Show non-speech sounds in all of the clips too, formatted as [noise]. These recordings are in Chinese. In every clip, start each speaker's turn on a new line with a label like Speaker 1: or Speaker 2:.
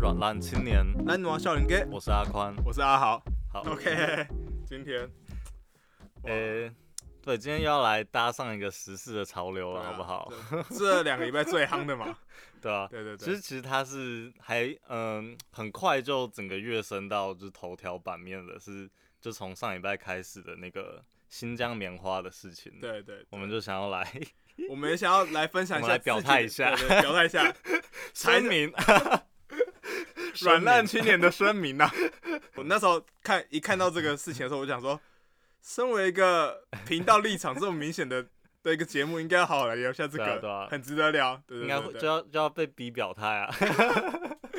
Speaker 1: 软烂青年，
Speaker 2: 男女王笑人哥，
Speaker 1: 我是阿宽。
Speaker 2: 我是阿豪。 [laughs]
Speaker 1: 好，
Speaker 2: OK，今天，哇
Speaker 1: 诶、对，今天又要来搭上一个时事的潮流
Speaker 2: 对
Speaker 1: 了，
Speaker 2: 啊
Speaker 1: 好不好？
Speaker 2: 这这两个礼拜最夯的
Speaker 1: [laughs]
Speaker 2: 嘛，
Speaker 1: 对啊。
Speaker 2: 对对
Speaker 1: 其实
Speaker 2: 对，
Speaker 1: 其实它是还嗯、很快就整个跃升到就是头条版面的是，就从上礼拜开始的那个新疆棉花的事情。，
Speaker 2: 对对，
Speaker 1: 我们就想要来
Speaker 2: [laughs] 我们也想要来分享一
Speaker 1: 我
Speaker 2: 下
Speaker 1: 们来
Speaker 2: 自己的，
Speaker 1: 表态一下
Speaker 2: 对对表态一
Speaker 1: [laughs]
Speaker 2: 下
Speaker 1: 声明，声
Speaker 2: 软
Speaker 1: 明
Speaker 2: 烂青年的声明呐、 [laughs] 我那时候看一看到这个事情的时候，我就想说，身为一个频道立场这么明显的 [laughs] 的一个节目，应该要好好来聊一下这
Speaker 1: 对啊对
Speaker 2: 个
Speaker 1: 啊，
Speaker 2: 很值得聊，对
Speaker 1: 应
Speaker 2: 对
Speaker 1: 该
Speaker 2: 对
Speaker 1: 会
Speaker 2: 对
Speaker 1: 就要就要被逼表
Speaker 2: [laughs]
Speaker 1: 态啊。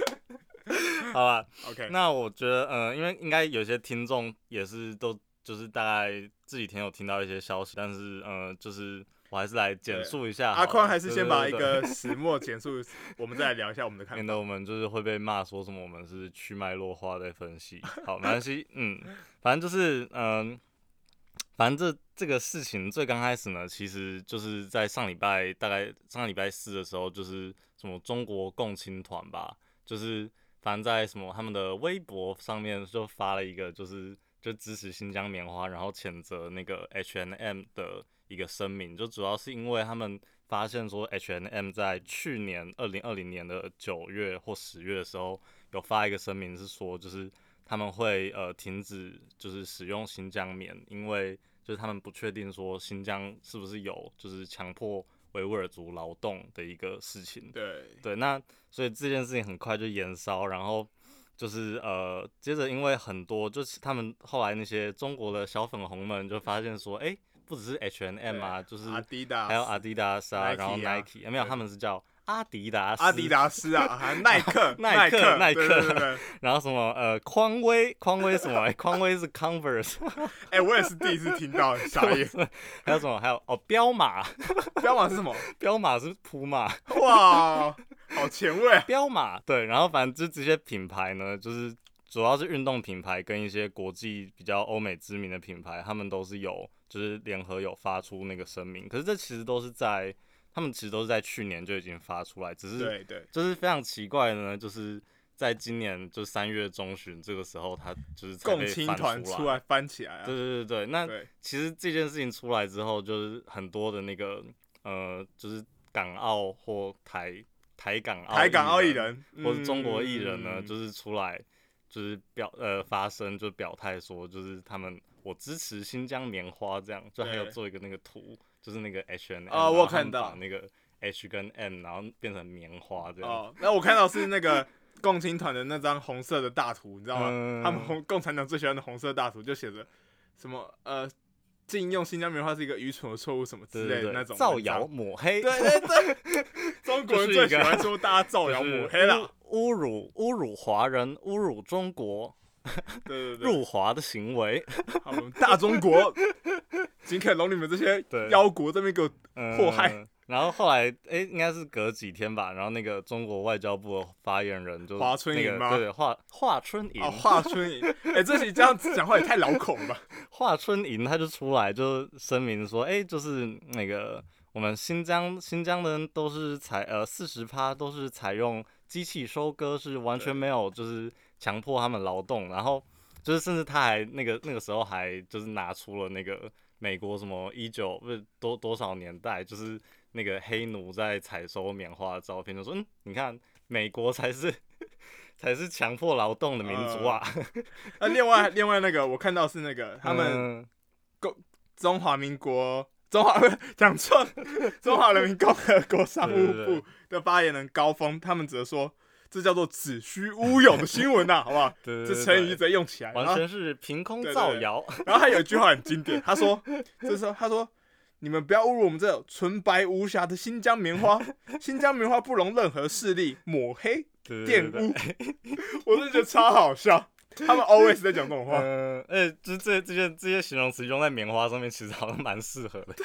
Speaker 1: [laughs] 好吧，
Speaker 2: o k
Speaker 1: 那我觉得，嗯、因为应该有些听众也是都就是大概这几天有听到一些消息，但是，嗯、就是我还是来简
Speaker 2: 对
Speaker 1: 述一下好了。
Speaker 2: 阿宽还是
Speaker 1: 对
Speaker 2: 先
Speaker 1: 对
Speaker 2: 把
Speaker 1: 对嗯
Speaker 2: 一个始末简述，我们再来聊一下我们的看
Speaker 1: [laughs] 免
Speaker 2: 法。
Speaker 1: 得我们就是会被骂说什么我们是去脉络化在分析。好，没关系，嗯，反正就是嗯、反正这这个事情最刚开始呢，其实就是在上礼拜大概上礼拜四的时候，就是什么中国共青团吧，就是反正在什么他们的微博上面就发了一个就是。就支持新疆棉花，然后谴责那个 H&M 的一个声明，就主要是因为他们发现说 H&M 在去年二零二零年的九月或十月的时候，有发一个声明是说，就是他们会呃停止就是使用新疆棉，因为就是他们不确定说新疆是不是有就是强迫维吾尔族劳动的一个事情。
Speaker 2: 对，
Speaker 1: 对，那所以这件事情很快就延烧，然后就是呃，接着因为很多就是他们后来那些中国的小粉红们就发现说，哎、不只是 H and M 啊，就是
Speaker 2: 阿迪达斯，
Speaker 1: 还有阿迪达斯啊，然后
Speaker 2: Nike 啊
Speaker 1: Nike，、啊、没有，
Speaker 2: 对
Speaker 1: 他们是叫阿迪达斯，，
Speaker 2: 阿迪，达斯啊，还有耐克
Speaker 1: [laughs] 耐克
Speaker 2: 克，
Speaker 1: 耐
Speaker 2: 对
Speaker 1: 克
Speaker 2: 对对对。
Speaker 1: 然后什么呃，匡威，匡威什么？诶匡威是 Converse， [laughs]
Speaker 2: 哎，我也是第一次听到，傻眼。
Speaker 1: 还有什么？还有哦，彪马，
Speaker 2: 标榜是什么？
Speaker 1: 彪马是普马，
Speaker 2: 哇，好前卫啊！
Speaker 1: 彪马对，然后反正就这些品牌呢，就是主要是运动品牌跟一些国际比较欧美知名的品牌，他们都是有就是联合有发出那个声明，可是这其实都是在他们其实都是在去年就已经发出来，只是
Speaker 2: 对对，
Speaker 1: 就是非常奇怪的呢，就是在今年就三月中旬这个时候，他就是才
Speaker 2: 共
Speaker 1: 被
Speaker 2: 青
Speaker 1: 翻
Speaker 2: 团
Speaker 1: 出
Speaker 2: 出来翻起来
Speaker 1: 对
Speaker 2: 啊！
Speaker 1: 对对对，那
Speaker 2: 对
Speaker 1: 其实这件事情出来之后，就是很多的那个呃，就是港澳或台台港澳
Speaker 2: 台港澳艺
Speaker 1: 艺
Speaker 2: 人
Speaker 1: 或是中国艺人呢，
Speaker 2: 嗯
Speaker 1: 就是出来就是表呃发声，就表态说就是他们我支持新疆棉花这样，就还有
Speaker 2: 对
Speaker 1: 做一个那个图，就是那个 H N
Speaker 2: 哦我有看到
Speaker 1: 那个 H 跟 M，然后变成棉花这样。
Speaker 2: 哦，那我看到是那个 [laughs] 共青团的那张红色的大图，你知道吗
Speaker 1: 嗯？
Speaker 2: 他们红共产党最喜欢的红色大图就写着什么呃，禁用新疆棉花是一个愚蠢的错误什么
Speaker 1: 对
Speaker 2: 之
Speaker 1: 对
Speaker 2: 类
Speaker 1: 对，
Speaker 2: 的那种
Speaker 1: 造
Speaker 2: 文章
Speaker 1: 谣。抹黑，
Speaker 2: 对对对， [laughs] 中国人最喜欢说大家造
Speaker 1: 就是
Speaker 2: 谣抹黑了。
Speaker 1: 侮辱侮辱华人、侮辱中国、
Speaker 2: 对对对，
Speaker 1: 入华的行为，
Speaker 2: 好，我们大中国，尽可容你们这些
Speaker 1: 对
Speaker 2: 妖国这边给我啊祸害
Speaker 1: 嗯 [laughs] 然后后来，诶，应该是隔几天吧，然后那个中国外交部的发言人就
Speaker 2: 华春莹
Speaker 1: 那个
Speaker 2: 吗
Speaker 1: 对，华华春莹，
Speaker 2: 啊，华春莹，哎、这期这样子讲话也太老口了
Speaker 1: [laughs]
Speaker 2: 吧？
Speaker 1: 华春莹他就出来就声明说，诶，就是那个我们新疆新疆的人都是采呃四十趴都是采用机器收割，是完
Speaker 2: 对
Speaker 1: 全没有就是强迫他们劳动，然后就是甚至他还那个那个时候还就是拿出了那个美国什么一九不是多多少年代就是那个黑奴在采收棉花的照片，就说嗯，你看美国才是 [laughs] 才是强迫劳动的民族啊，
Speaker 2: 那、另外另外那个我看到是那个呃他们
Speaker 1: [laughs] 嗯
Speaker 2: 中华民国中华 [laughs] 讲错了，中华人民共和国商务
Speaker 1: 对对
Speaker 2: 部的发言人高峰，他们只是说这叫做子虚乌有的新闻呐、啊好不好？
Speaker 1: 对对
Speaker 2: 这
Speaker 1: 对
Speaker 2: 成
Speaker 1: 对
Speaker 2: 语就直接用起来，然
Speaker 1: 完
Speaker 2: 后
Speaker 1: 全是凭空
Speaker 2: 对对
Speaker 1: 造
Speaker 2: 对
Speaker 1: 谣。 [laughs]
Speaker 2: [laughs] 然后还有一句话很经典，他说：“这时候他说，你们不要侮辱我们这种纯白无瑕的新疆棉
Speaker 1: [laughs]
Speaker 2: 花，新疆棉花不容任何势力抹黑
Speaker 1: 对
Speaker 2: 玷污。”我真的觉得超好
Speaker 1: [laughs]
Speaker 2: 笑，他们 always 在讲这种话。
Speaker 1: 嗯， [laughs] 哎，就这这些这些形容词用在棉花上面，其实好像蛮适合的，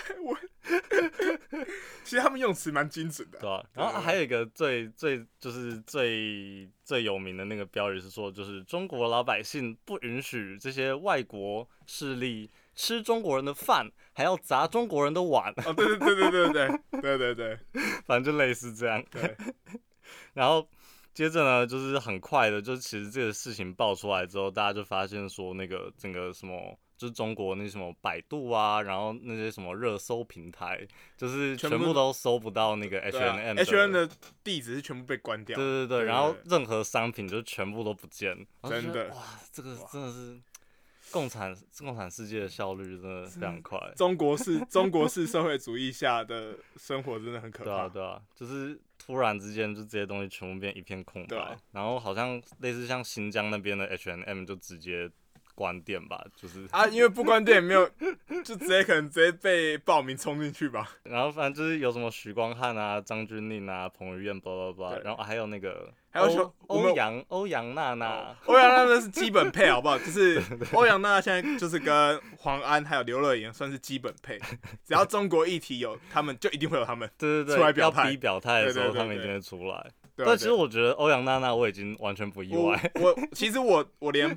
Speaker 2: 其实他们用词蛮精准的
Speaker 1: 对。吧、然
Speaker 2: [laughs]
Speaker 1: 后
Speaker 2: 对对
Speaker 1: 还有一个最最就是最最有名的那个标语是说，就是中国老百姓不允许这些外国势力吃中国人的饭，还要砸中国人的碗， [laughs]
Speaker 2: 哦，对对对对对对对对对对
Speaker 1: 反正就类似这样。
Speaker 2: 对，
Speaker 1: 然后接着呢，就是很快的，就是其实这个事情爆出来之后，大家就发现说，那个整个什么，就是中国那什么百度啊，然后那些什么热搜平台，就是
Speaker 2: 全
Speaker 1: 全
Speaker 2: 部
Speaker 1: 部都搜不到那个 H
Speaker 2: 对
Speaker 1: N
Speaker 2: 啊
Speaker 1: M
Speaker 2: H N 的地址是全部被关掉
Speaker 1: 对，对对，
Speaker 2: 对
Speaker 1: 然后
Speaker 2: 对
Speaker 1: 任何商品就全部都不见，然后就
Speaker 2: 真
Speaker 1: 觉得
Speaker 2: 的
Speaker 1: 哇，这个真的是共产共产世界的效率真的非常快，
Speaker 2: 中国式中国式社会主义下的生活真的很可
Speaker 1: 对啊
Speaker 2: 怕。
Speaker 1: 对啊，就是突然之间就这些东西全部变一片空白，
Speaker 2: 对啊
Speaker 1: 然后好像类似像新疆那边的 H and M 就直接关店吧，就是，
Speaker 2: 啊，因为不关店也没有，就直接可能直接被报名冲进去吧。
Speaker 1: 然后反正就是有什么许光汉啊、张钧甯啊、彭于晏，叭叭叭，
Speaker 2: 对
Speaker 1: 然后还有那个
Speaker 2: 还有
Speaker 1: 欧
Speaker 2: 说我们哦
Speaker 1: 欧阳欧阳娜娜，
Speaker 2: [laughs] 欧阳娜娜是基本配，好不好？就是欧阳娜娜现在就是跟黄安还有刘乐言算是基本 [laughs] 配，只要中国议题有他们，就一定会有他们。
Speaker 1: 对对
Speaker 2: 出来
Speaker 1: 对，
Speaker 2: 表
Speaker 1: 要
Speaker 2: 态
Speaker 1: 逼表态的时
Speaker 2: 对
Speaker 1: 候，
Speaker 2: 对对
Speaker 1: 他们一
Speaker 2: 对
Speaker 1: 定会出来。
Speaker 2: 对啊
Speaker 1: 但其实
Speaker 2: 对啊哦
Speaker 1: 我觉得欧阳娜娜我已经完全不意
Speaker 2: 我 [laughs]
Speaker 1: 外，
Speaker 2: 我其实我我连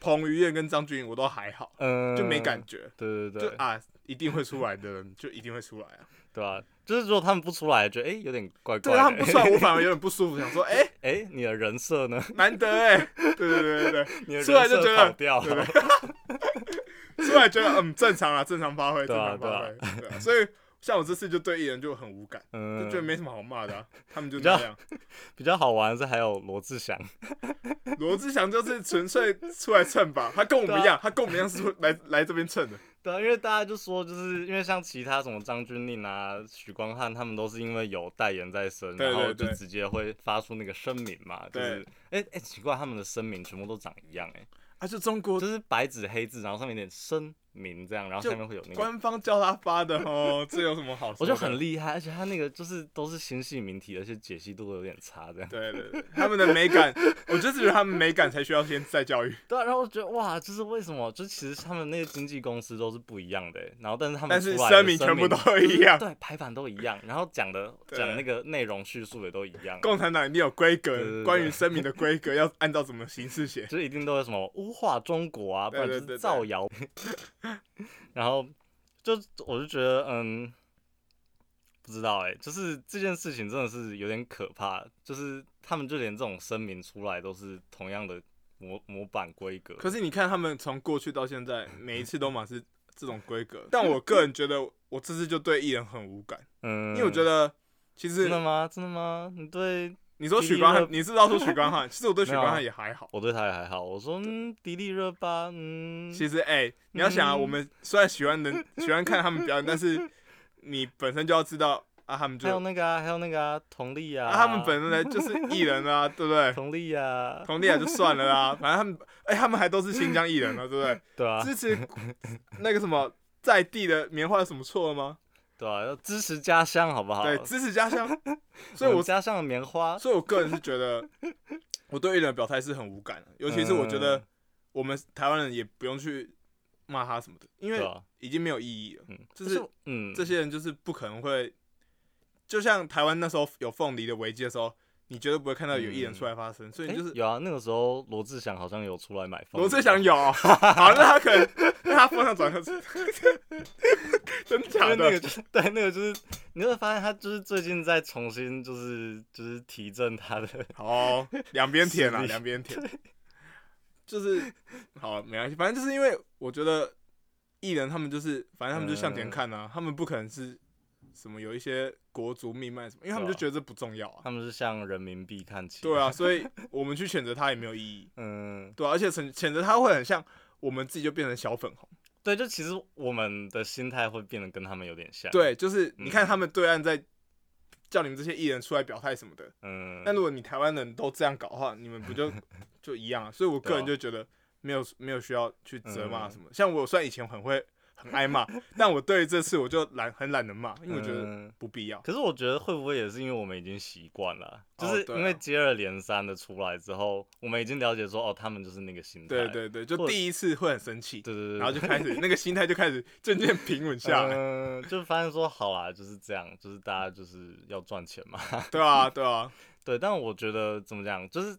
Speaker 2: 彭于晏跟张钧甯我都还好，
Speaker 1: 嗯，
Speaker 2: 就没感。觉，
Speaker 1: 对对
Speaker 2: 就
Speaker 1: 对，
Speaker 2: 啊一定会出来的人就一定会出来啊。
Speaker 1: 对吧？就是如果他们不出来，觉得哎、诶有点怪怪
Speaker 2: 对啊
Speaker 1: 的。
Speaker 2: 他们不出 [laughs] 来，我反而有点不舒服，想 [laughs] 说哎、
Speaker 1: 哎、你的人设呢？
Speaker 2: 难得哎、对对对对
Speaker 1: 你的
Speaker 2: 出来
Speaker 1: 人
Speaker 2: 就觉得
Speaker 1: 设跑掉
Speaker 2: 对
Speaker 1: [laughs] 了。
Speaker 2: 对，出来觉得嗯正常啊，正常发挥，
Speaker 1: 对
Speaker 2: 正
Speaker 1: 啊
Speaker 2: 常发挥，对啊所以。像我这次就对艺人就很无感，就
Speaker 1: 嗯，
Speaker 2: 觉得没什么好骂的、啊，他
Speaker 1: [laughs]
Speaker 2: 们就
Speaker 1: 比较
Speaker 2: 那样。
Speaker 1: 比较好玩的是还有罗志祥，
Speaker 2: 罗志祥就是纯粹出来蹭吧，他跟我们
Speaker 1: 啊
Speaker 2: 一样，他跟我们一样是出来 [laughs] 来这边蹭的。
Speaker 1: 对啊，因为大家就说，就是因为像其他什么张钧甯啊、许光汉，他们都是因为有代言在身，
Speaker 2: 对对
Speaker 1: 然后就
Speaker 2: 对
Speaker 1: 直接会发出那个声明嘛，就
Speaker 2: 对
Speaker 1: 是哎哎、诶奇怪，他们的声明全部都长一样哎、诶
Speaker 2: 啊，就中国
Speaker 1: 就是白纸黑字，然后上面有点声明这样，然后
Speaker 2: 就
Speaker 1: 下面会有那个
Speaker 2: 官方叫他发的哦，这有什么好说
Speaker 1: 我
Speaker 2: 的？
Speaker 1: 觉得很厉害，而且他那个就是都是新系名体，而且解析度有点差，这样。
Speaker 2: 对对对，他们的美感，我就是觉得他们美感才需要先再教育，
Speaker 1: 对啊，然后我觉得哇，就是为什么？就其实他们那个经纪公司都是不一样的欸、然后但是他们
Speaker 2: 但
Speaker 1: 出
Speaker 2: 是
Speaker 1: 来的
Speaker 2: 声明全部都一样。
Speaker 1: [laughs] 对排版都一样，然后讲的
Speaker 2: 对
Speaker 1: 讲那个内容叙述也都一样，
Speaker 2: 共产党一定有规格，
Speaker 1: 对对对
Speaker 2: 关于声明的规格要按照什么形式写。
Speaker 1: 就一定都有什么污化中国啊，不
Speaker 2: 对
Speaker 1: 然就
Speaker 2: 对对
Speaker 1: 是
Speaker 2: 对
Speaker 1: 造谣。 [laughs] 然后就我就觉得嗯，不知道哎、就是这件事情真的是有点可怕，就是他们就连这种声明出来都是同样的模模板规格。
Speaker 2: 可是你看他们从过去到现在，每一次都满是这种规格。但我个人觉得，我这次就对艺人很无感，
Speaker 1: 嗯，
Speaker 2: 因为我觉得其实
Speaker 1: 真的吗？真的吗？你对
Speaker 2: 你说许光
Speaker 1: 迪
Speaker 2: 汉，
Speaker 1: 丽
Speaker 2: 你知道说许光汉，其实我对许
Speaker 1: 没有啊
Speaker 2: 光汉也还好。
Speaker 1: 我对他也还好。我说嗯，迪丽热巴，嗯，
Speaker 2: 其实哎、你要想啊，
Speaker 1: 嗯
Speaker 2: 我们虽然喜欢人喜欢看他们表演，但是你本身就要知道啊，他们就
Speaker 1: 还有那个啊，还有那个啊，佟丽娅
Speaker 2: 啊，他们本身呢就是艺人
Speaker 1: [laughs]
Speaker 2: 啊，对不对？
Speaker 1: 佟丽娅，
Speaker 2: 佟丽娅就算了啦，反正他们哎、他们还都是新疆艺人啊，对不对？
Speaker 1: 对 [laughs] 啊，
Speaker 2: 支持那个什么在地的棉花有什么错了吗？
Speaker 1: 对啊，要支持家乡，好不好？
Speaker 2: 对，支持家
Speaker 1: [laughs]
Speaker 2: 乡。所以
Speaker 1: 我
Speaker 2: 我
Speaker 1: 们家乡的棉花，
Speaker 2: 所以我个人是觉得我对艺人的表态是很无感的，尤其是我觉得
Speaker 1: 嗯
Speaker 2: 我们台湾人也不用去骂他什么的，因
Speaker 1: 对
Speaker 2: 为
Speaker 1: 啊，
Speaker 2: 已经没有意义了。
Speaker 1: 嗯，
Speaker 2: 就是
Speaker 1: 可嗯，
Speaker 2: 这些人就是不可能会，就像台湾那时候有凤梨的危机的时候，你绝对不会看到有艺人出来发声，所以
Speaker 1: 诶
Speaker 2: 你就是
Speaker 1: 有啊，那个时候罗志祥好像有出来买房，
Speaker 2: 罗志祥有， [laughs] 好，那他可能那他风向转向，真
Speaker 1: 因
Speaker 2: 假
Speaker 1: 为那个
Speaker 2: 的？
Speaker 1: 就是对，那个就是你会发现他就是最近在重新就是就是提振他的，
Speaker 2: 哦，两边舔啊，
Speaker 1: 实力
Speaker 2: 两边舔，就是好，没关系，反正就是因为我觉得艺人他们就是，反正他们就向前看
Speaker 1: 嗯
Speaker 2: 啊，他们不可能是什么有一些国足命脉什么，因为他们就
Speaker 1: 对啊
Speaker 2: 觉得这不重要啊。
Speaker 1: 他们是向人民币看齐，
Speaker 2: 对，啊，所以我们去选择他也没有意义。
Speaker 1: 嗯，
Speaker 2: 对啊、而且谴谴责他会很像我们自己就变成小粉红。
Speaker 1: 对，就其实我们的心态会变得跟他们有点像，，
Speaker 2: 对，就是你看
Speaker 1: 嗯
Speaker 2: 他们对岸在叫你们这些艺人出来表态什么的，
Speaker 1: 嗯，
Speaker 2: 但如果你台湾人都这样搞的话，你们不就
Speaker 1: [laughs]
Speaker 2: 就一样啊？所以我个人就觉得没有没有需要去责骂
Speaker 1: 嗯
Speaker 2: 什么。像我虽然以前很会很爱
Speaker 1: [laughs]
Speaker 2: 骂，但我对于这次我就懒很懒得骂，因为我觉得
Speaker 1: 嗯
Speaker 2: 不必要。
Speaker 1: 可是我觉得会不会也是因为我们已经习惯了，就
Speaker 2: 哦
Speaker 1: 是
Speaker 2: 对
Speaker 1: 因为
Speaker 2: 啊
Speaker 1: 接二连三的出来之后，我们已经了解说哦，他们就是那个心态，
Speaker 2: 对对对，就
Speaker 1: 或者
Speaker 2: 第一次会很生气，
Speaker 1: 对对对，
Speaker 2: 然后就开
Speaker 1: [laughs]
Speaker 2: 始那个心态就开始渐渐平稳下来。
Speaker 1: 嗯、就发现说好啦，就是这样，就是大家就是要赚钱嘛。
Speaker 2: 对啊，对啊，
Speaker 1: [laughs] 对，但我觉得怎么讲，就是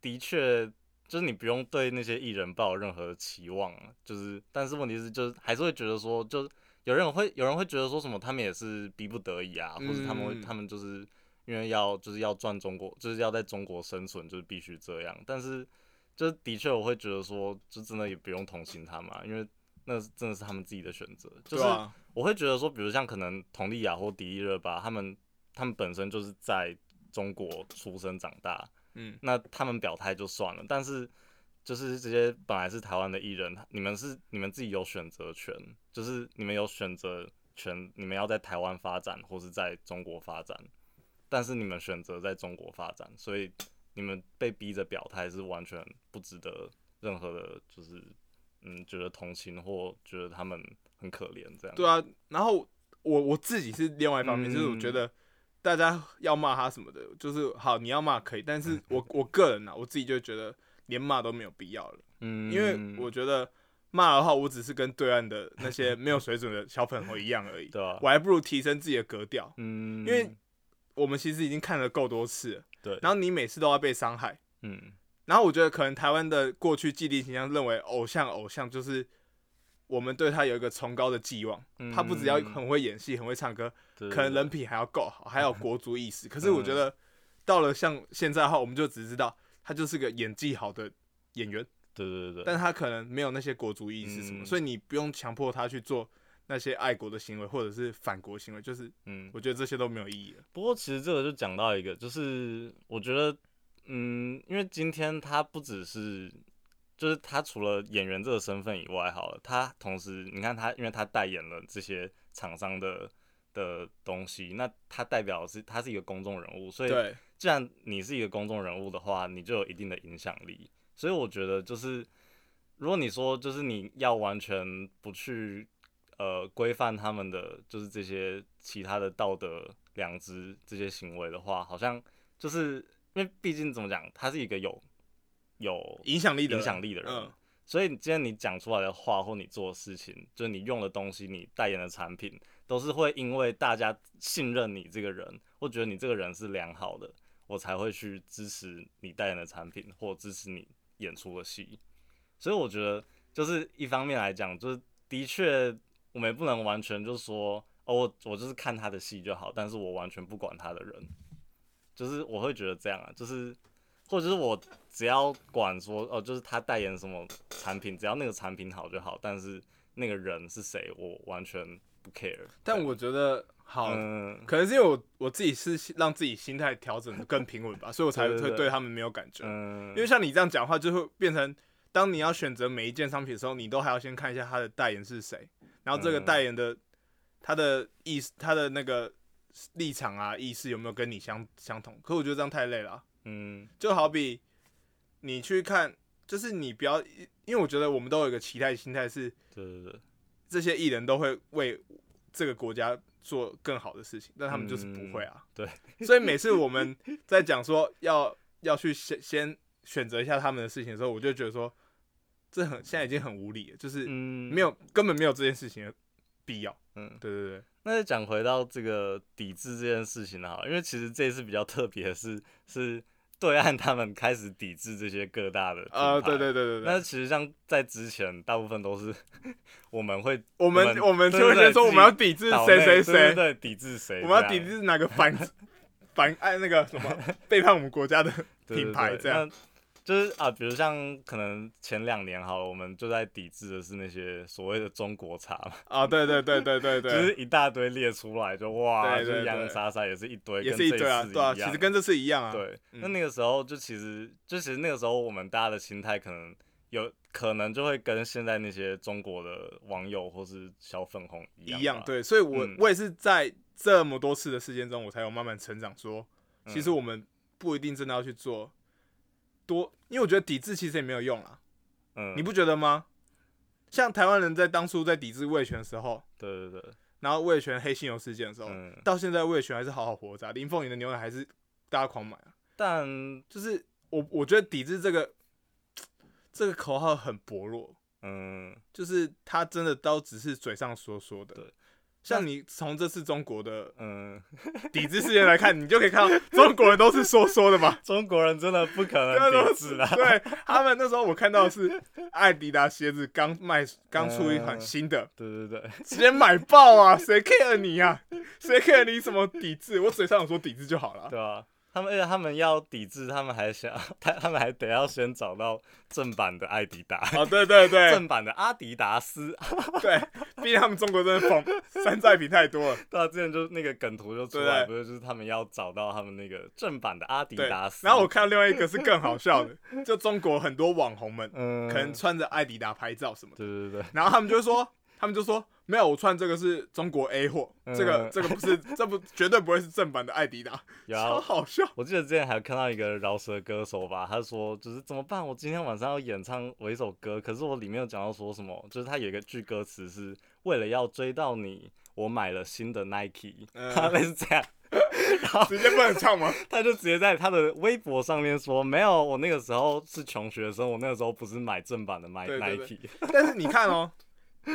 Speaker 1: 的确，就是你不用对那些艺人抱有任何期望啊，就是，但是问题是，就是还是会觉得说，就是有人会有人会觉得说什么，他们也是逼不得已啊，或者他们会
Speaker 2: 嗯
Speaker 1: 他们就是因为要就是要赚中国，就是要在中国生存，就是必须这样。但是就是的确我会觉得说，就真的也不用同情他们、啊，因为那真的是他们自己的选择。就
Speaker 2: 对
Speaker 1: 是
Speaker 2: 啊，
Speaker 1: 我会觉得说，比如像可能佟丽娅或迪丽热巴，他们他们本身就是在中国出生长大，
Speaker 2: 嗯，
Speaker 1: 那他们表态就算了，但是就是这些本来是台湾的艺人，你们是你们自己有选择权，就是你们有选择权，你们要在台湾发展或是在中国发展，但是你们选择在中国发展，所以你们被逼着表态是完全不值得任何的，就是嗯，觉得同情或觉得他们很可怜这样。
Speaker 2: 对啊。然后我我自己是另外一方面，就是我觉
Speaker 1: 嗯
Speaker 2: 得大家要骂他什么的，就是好，你要骂可以，但是
Speaker 1: 嗯
Speaker 2: 我我个人呢、啊，我自己就觉得连骂都没有必要了，
Speaker 1: 嗯，
Speaker 2: 因为我觉得骂的话，我只是跟对岸的那些没有水准的小粉红一样而已，
Speaker 1: 对啊
Speaker 2: 我，还不如提升自己的格调。
Speaker 1: 嗯，
Speaker 2: 因为我们其实已经看了够多次了，
Speaker 1: 对，
Speaker 2: 然后你每次都要被伤害，
Speaker 1: 嗯
Speaker 2: 然后我觉得可能台湾的过去既定形象认为偶像偶像就是我们对他有一个崇高的寄望，
Speaker 1: 嗯
Speaker 2: 他不只要很会演戏、很会唱歌，
Speaker 1: 对
Speaker 2: 可能人品还要够好，还有国族意识。可是我觉得到了像现在的话，我们就只知道他就是个演技好的演员，
Speaker 1: 对对对对，
Speaker 2: 但他可能没有那些国族意识什么，
Speaker 1: 嗯
Speaker 2: 所以你不用强迫他去做那些爱国的行为或者是反国行为，就是
Speaker 1: 嗯，
Speaker 2: 我觉得这些都没有意义了。
Speaker 1: 不过其实这个就讲到一个，就是我觉得，嗯，因为今天他不只是，就是他除了演员这个身份以外，好了，他同时你看他，因为他代言了这些厂商的的东西，那他代表的是他是一个公众人物，所以
Speaker 2: 对，
Speaker 1: 既然你是一个公众人物的话，你就有一定的影响力。所以我觉得就是，如果你说就是你要完全不去呃规范他们的就是这些其他的道德良知这些行为的话，好像就是因为毕竟怎么讲，他是一个有有
Speaker 2: 影响力的
Speaker 1: 影
Speaker 2: 人
Speaker 1: 响力的人。
Speaker 2: 嗯
Speaker 1: 所以今天你讲出来的话，或你做的事情，就是你用的东西，你代言的产品，都是会因为大家信任你这个人，或觉得你这个人是良好的，我才会去支持你代言的产品，或支持你演出的戏。所以我觉得，就是一方面来讲，就是的确我们也不能完全就说哦，我我就是看他的戏就好，但是我完全不管他的人，就是我会觉得这样啊，就是或者是我只要管说哦，就是他代言什么产品，只要那个产品好就好，但是那个人是谁，我完全不 care。
Speaker 2: 但我觉得好，
Speaker 1: 嗯，
Speaker 2: 可能是因为我我自己是心让自己心态调整的更平稳吧，所以我才
Speaker 1: 对对
Speaker 2: 会
Speaker 1: 对
Speaker 2: 对他们没有感觉。
Speaker 1: 嗯，
Speaker 2: 因为像你这样讲话，就会变成当你要选择每一件商品的时候，你都还要先看一下它的代言是谁，然后这个
Speaker 1: 嗯
Speaker 2: 代言的他的意思、他的那个立场啊、意识有没有跟你相相同。可我觉得这样太累了啊、
Speaker 1: 嗯
Speaker 2: 就好比你去看，就是你不要，因为我觉得我们都有一个期待心态是，
Speaker 1: 对对对，
Speaker 2: 这些艺人都会为这个国家做更好的事情，但他们就是不会啊。
Speaker 1: 嗯
Speaker 2: [laughs] 所以每次我们在讲说要 [laughs] 要去先先选择一下他们的事情的时候，我就觉得说，这很现在已经很无理了，就是
Speaker 1: 嗯，
Speaker 2: 没有、根本没有这件事情的必要。
Speaker 1: 嗯。
Speaker 2: 对对对，
Speaker 1: 那就讲回到这个抵制这件事情了哈，因为其实这一次比较特别的是，是对岸他们开始抵制这些各大的
Speaker 2: 呃，
Speaker 1: 品牌
Speaker 2: 对对对对
Speaker 1: 那
Speaker 2: 对，
Speaker 1: 其实像在之前，大部分都是 [laughs] 我们会，
Speaker 2: 我们我们
Speaker 1: 对
Speaker 2: 就会
Speaker 1: 对对
Speaker 2: 先说
Speaker 1: 自
Speaker 2: 我
Speaker 1: 己
Speaker 2: 们要抵制
Speaker 1: 岛
Speaker 2: 谁
Speaker 1: 内
Speaker 2: 谁
Speaker 1: 对对
Speaker 2: 谁，
Speaker 1: 对，抵制谁，
Speaker 2: 我们要
Speaker 1: 这
Speaker 2: 抵
Speaker 1: 样
Speaker 2: 制哪个
Speaker 1: [laughs]
Speaker 2: 反反爱那个什么背叛我们国家的
Speaker 1: 对对
Speaker 2: 品牌
Speaker 1: 对
Speaker 2: 这样。
Speaker 1: 那就是啊，比如像可能前两年好了，我们就在抵制的是那些所谓的中国茶嘛，
Speaker 2: 啊，对对对对对
Speaker 1: 就
Speaker 2: 对，
Speaker 1: 是一大堆列出来，就哇，
Speaker 2: 对对
Speaker 1: 就是洋洋
Speaker 2: 对
Speaker 1: 洒洒也是一堆，
Speaker 2: 也
Speaker 1: 跟
Speaker 2: 是一
Speaker 1: 这
Speaker 2: 堆啊，
Speaker 1: 次
Speaker 2: 对啊，
Speaker 1: 一
Speaker 2: 其
Speaker 1: 样
Speaker 2: 实跟这次一样啊。
Speaker 1: 对，那
Speaker 2: 嗯
Speaker 1: 那个时候就其实就其实那个时候我们大家的心态可能有可能就会跟现在那些中国的网友或是小粉红一样
Speaker 2: 一样
Speaker 1: 吧，
Speaker 2: 对，所以我、
Speaker 1: 嗯
Speaker 2: 我也是在这么多次的事件中，我才有慢慢成长说其实
Speaker 1: 嗯
Speaker 2: 我们不一定真的要去做多，因为我觉得抵制其实也没有用啦，
Speaker 1: 嗯，
Speaker 2: 你不觉得吗？像台湾人在当初在抵制魏权的时候，
Speaker 1: 对对对，
Speaker 2: 然后魏权黑犀牛事件的时候，
Speaker 1: 嗯，
Speaker 2: 到现在魏权还是好好活着、啊，林凤营的牛奶还是大家狂买啊。
Speaker 1: 但
Speaker 2: 就是我我觉得抵制这个这个口号很薄弱，
Speaker 1: 嗯，
Speaker 2: 就是他真的都只是嘴上说说的。
Speaker 1: 对
Speaker 2: 像你从这次中国的
Speaker 1: 嗯， [laughs]
Speaker 2: 抵制事件来看，你就可以看到中国人都是说说的
Speaker 1: [laughs]
Speaker 2: 嘛，
Speaker 1: 中国人真的不可
Speaker 2: 对啊
Speaker 1: 能
Speaker 2: 都
Speaker 1: 抵
Speaker 2: 是
Speaker 1: 制
Speaker 2: 啦。
Speaker 1: 啦。
Speaker 2: 对他们那时候我看到的是艾迪达鞋子刚卖，刚出一款新的，
Speaker 1: [laughs] 对对对，
Speaker 2: 直接买爆啊！谁 care 你啊？谁 care 你什么抵制？我嘴上有说抵制就好了。
Speaker 1: 对啊，他们而且他们要抵制，他们还想，他他们还得要先找到正版的艾迪达，
Speaker 2: 哦，对对
Speaker 1: [laughs]
Speaker 2: 对
Speaker 1: 正版的阿迪达斯。
Speaker 2: 对，毕竟他们中国真的仿山寨比太
Speaker 1: [laughs]
Speaker 2: 多了。
Speaker 1: 对啊，之前就那个梗图就出
Speaker 2: 对
Speaker 1: 来，不是就是他们要找到他们那个正版的阿迪
Speaker 2: 对，
Speaker 1: 达斯。
Speaker 2: 然后我看到另外一个是更好笑的，就中国很多网红们
Speaker 1: 嗯，
Speaker 2: 可能穿着艾迪达拍照什么的，
Speaker 1: 对对对，
Speaker 2: 然后他们就说， [laughs] 他们就说没有，我穿这个是中国 A 货，这个
Speaker 1: 嗯
Speaker 2: 这个不是， [laughs] 这不绝对不会是正版的艾迪达，
Speaker 1: 有啊
Speaker 2: 超好笑。
Speaker 1: 我记得之前还有看到一个饶舌歌手吧，他说就是怎么办？我今天晚上要演唱我一首歌，可是我里面有讲到说什么，就是他有一个句歌词是为了要追到你，我买了新的 Nike，、
Speaker 2: 嗯
Speaker 1: 他类似这
Speaker 2: [laughs]
Speaker 1: 样。
Speaker 2: 直接不能唱
Speaker 1: [laughs]
Speaker 2: 吗？
Speaker 1: 他就直接在他的微博上面说，没有，我那个时候是穷学生，我那个时候不是买正版的 Nike，
Speaker 2: 对对对
Speaker 1: Nike
Speaker 2: 但是你看哦，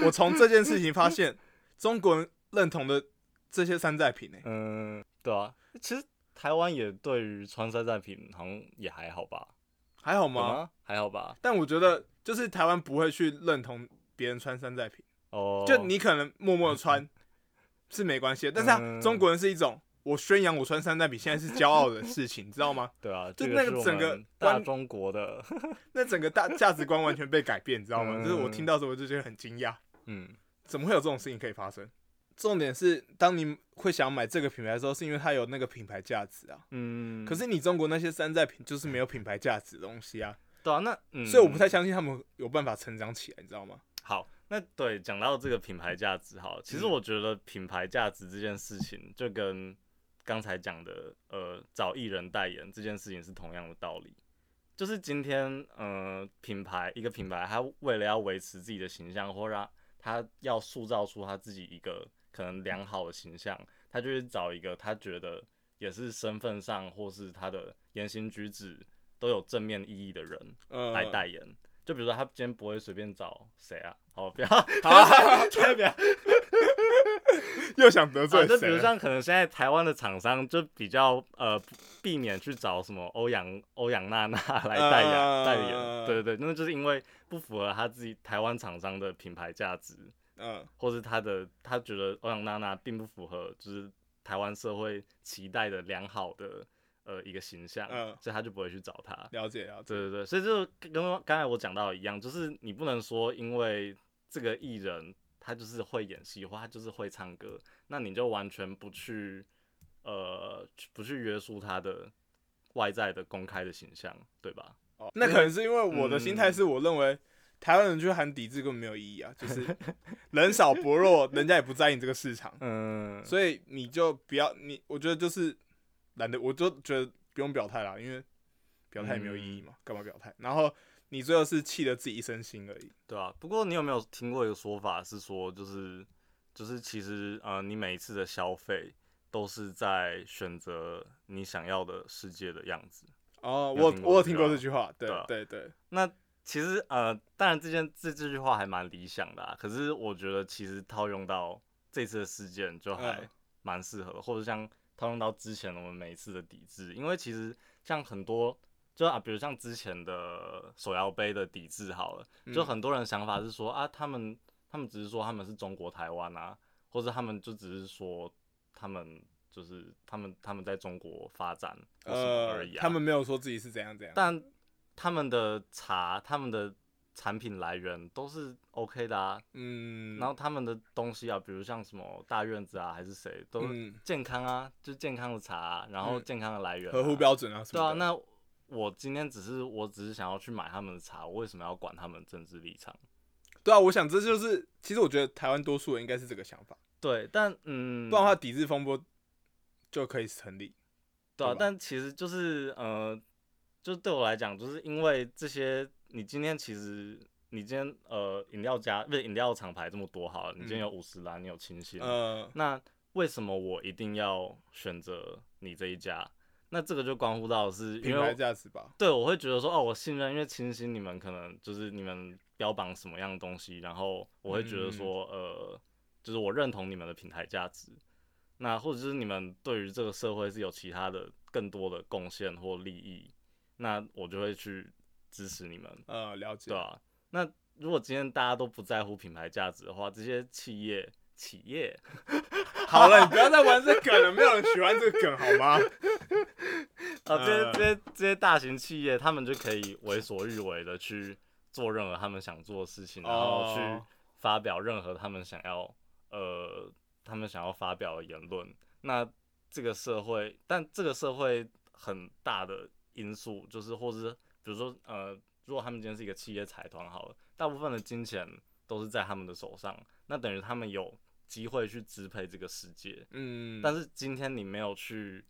Speaker 2: 我从这件事情发现，中国人认同的这些山寨品呢、欸
Speaker 1: 嗯，对啊，其实台湾也对于穿山寨品好像也还好吧，
Speaker 2: 还好
Speaker 1: 有
Speaker 2: 吗？
Speaker 1: 吗？还好吧，
Speaker 2: 但我觉得就是台湾不会去认同别人穿山寨品，
Speaker 1: 哦，
Speaker 2: 就你可能默默的穿是没关系的，但是、啊、
Speaker 1: 嗯
Speaker 2: 中国人是一种。我宣扬我穿山寨品，现在是骄傲的事情，你知道吗？
Speaker 1: 对啊，
Speaker 2: 就
Speaker 1: 这
Speaker 2: 那个
Speaker 1: 个是我
Speaker 2: 整个
Speaker 1: 们大
Speaker 2: 观
Speaker 1: 中国的， [laughs]
Speaker 2: 那整个大价值观完全被改变，你知道吗？
Speaker 1: 嗯
Speaker 2: 就是我听到的时候我就觉得很惊讶，
Speaker 1: 嗯。
Speaker 2: 怎么会有这种事情可以发生？重点是，当你会想买这个品牌的时候，是因为它有那个品牌价值啊。
Speaker 1: 嗯，
Speaker 2: 可是你中国那些山寨品就是没有品牌价值的东西啊，
Speaker 1: 对啊，那、嗯、
Speaker 2: 所以我不太相信他们有办法成长起来，你知道吗？
Speaker 1: 好。那对，讲到这个品牌价值，好了，其实
Speaker 2: 嗯
Speaker 1: 我觉得品牌价值这件事情，就跟刚才讲的呃找艺人代言这件事情是同样的道理。就是今天呃品牌一个品牌，它为了要维持自己的形象，或让它要塑造出它自己一个可能良好的形象，它就会找一个它觉得也是身份上或是它的言行举止都有正面意义的人，
Speaker 2: [laughs] 呃，
Speaker 1: 来代言。就比如说，他今天不会随便找谁啊？好，
Speaker 2: [laughs]
Speaker 1: 不要， [laughs]
Speaker 2: 好
Speaker 1: 千万不要。
Speaker 2: 又想得
Speaker 1: 啊
Speaker 2: 罪
Speaker 1: 就比
Speaker 2: 谁
Speaker 1: 如
Speaker 2: 了？
Speaker 1: 像可能现在台湾的厂商就比较呃避免去找什么欧阳欧阳娜娜来代言、
Speaker 2: 呃
Speaker 1: 代言，对对对，那就是因为不符合他自己台湾厂商的品牌价值，
Speaker 2: 嗯
Speaker 1: 或是他的他觉得欧阳娜娜并不符合就是台湾社会期待的良好的呃一个形象，
Speaker 2: 嗯
Speaker 1: 所以他就不会去找他。
Speaker 2: 了解了解，
Speaker 1: 对对对，所以就跟刚才我讲到的一样，就是你不能说因为这个艺人他就是会演戏或他就是会唱歌，那你就完全不去呃去不去约束他的外在的公开的形象，对吧？
Speaker 2: 哦那可能是因为我的心态是我认为台湾人去喊抵制根本没有意义啊，就是 [laughs] 人少薄弱，人家也不在意你这个市场，
Speaker 1: 嗯，
Speaker 2: 所以你就不要你，我觉得就是懒得，我就觉得不用表态啦，因为表态也没有意义嘛，干嘛表态？然后你最后是气得自己一身腥而已。
Speaker 1: 对啊，不过你有没有听过一个说法是说，就是就是其实呃，你每一次的消费都是在选择你想要的世界的样子。
Speaker 2: 哦，
Speaker 1: 有
Speaker 2: 我
Speaker 1: 听过
Speaker 2: 我有
Speaker 1: 这
Speaker 2: 听
Speaker 1: 句
Speaker 2: 过
Speaker 1: 话
Speaker 2: 这句话，对
Speaker 1: 对啊
Speaker 2: 对对，
Speaker 1: 那其实呃，当然这件这这句话还蛮理想的啊，可是我觉得其实套用到这次的事件就还
Speaker 2: 嗯
Speaker 1: 蛮适合的，或者像套用到之前我们每一次的抵制，因为其实像很多就啊，比如像之前的手摇杯的抵制好了，就
Speaker 2: 嗯
Speaker 1: 很多人想法是说啊，他们他们只是说他们是中国台湾啊，或者他们就只是说他们就是他们他们在中国发展或什么而
Speaker 2: 呃
Speaker 1: 已，啊，
Speaker 2: 他们没有说自己是怎样怎样，
Speaker 1: 但他们的茶、他们的产品来源都是 OK 的啊。
Speaker 2: 嗯，
Speaker 1: 然后他们的东西啊，比如像什么大院子啊，还是谁，都
Speaker 2: 嗯
Speaker 1: 健康啊，就健康的茶啊、然后
Speaker 2: 嗯
Speaker 1: 健康的来源、
Speaker 2: 合乎。标准啊什
Speaker 1: 对
Speaker 2: 么
Speaker 1: 啊，
Speaker 2: 的。
Speaker 1: 那我今天只是我只是想要去买他们的茶，我为什么要管他们的政治立场？
Speaker 2: 对啊，我想这就是，其实我觉得台湾多数人应该是这个想法，
Speaker 1: 对，但嗯，
Speaker 2: 不然的话抵制风波就可以成立。
Speaker 1: 对啊
Speaker 2: 对吧，
Speaker 1: 但其实就是呃，就对我来讲，就是因为这些，你今天其实你今天呃饮料家不是饮料厂牌这么多好了，你今天
Speaker 2: 嗯
Speaker 1: 有五十兰，你有清新，
Speaker 2: 呃，
Speaker 1: 那为什么我一定要选择你这一家？那这个就关乎到的是
Speaker 2: 品
Speaker 1: 因
Speaker 2: 牌
Speaker 1: 为
Speaker 2: 价值吧，
Speaker 1: 对我会觉得说哦，我信任，因为清新你们可能就是你们标榜什么样的东西，然后我会觉得说、呃，就是我认同你们的品牌价值，那或者就是你们对于这个社会是有其他的更多的贡献或利益，那我就会去支持你们，
Speaker 2: 呃，了解
Speaker 1: 对，吧、那如果今天大家都不在乎品牌价值的话，这些企业企业 [laughs]
Speaker 2: 好了，你不要再玩这梗了，没有人喜欢这个梗好吗？
Speaker 1: 啊，这些
Speaker 2: 呃
Speaker 1: 这些这些大型企业，他们就可以为所欲为的去做任何他们想做的事情，然后去
Speaker 2: 哦
Speaker 1: 发表任何他们想要呃他们想要发表的言论。那这个社会，但这个社会很大的因素就是，或是比如说呃，如果他们今天是一个企业财团好了，大部分的金钱都是在他们的手上，那等于他们有机会去支配这个世界。
Speaker 2: [laughs] 嗯，
Speaker 1: 但
Speaker 2: 是
Speaker 1: 是今天你没有去，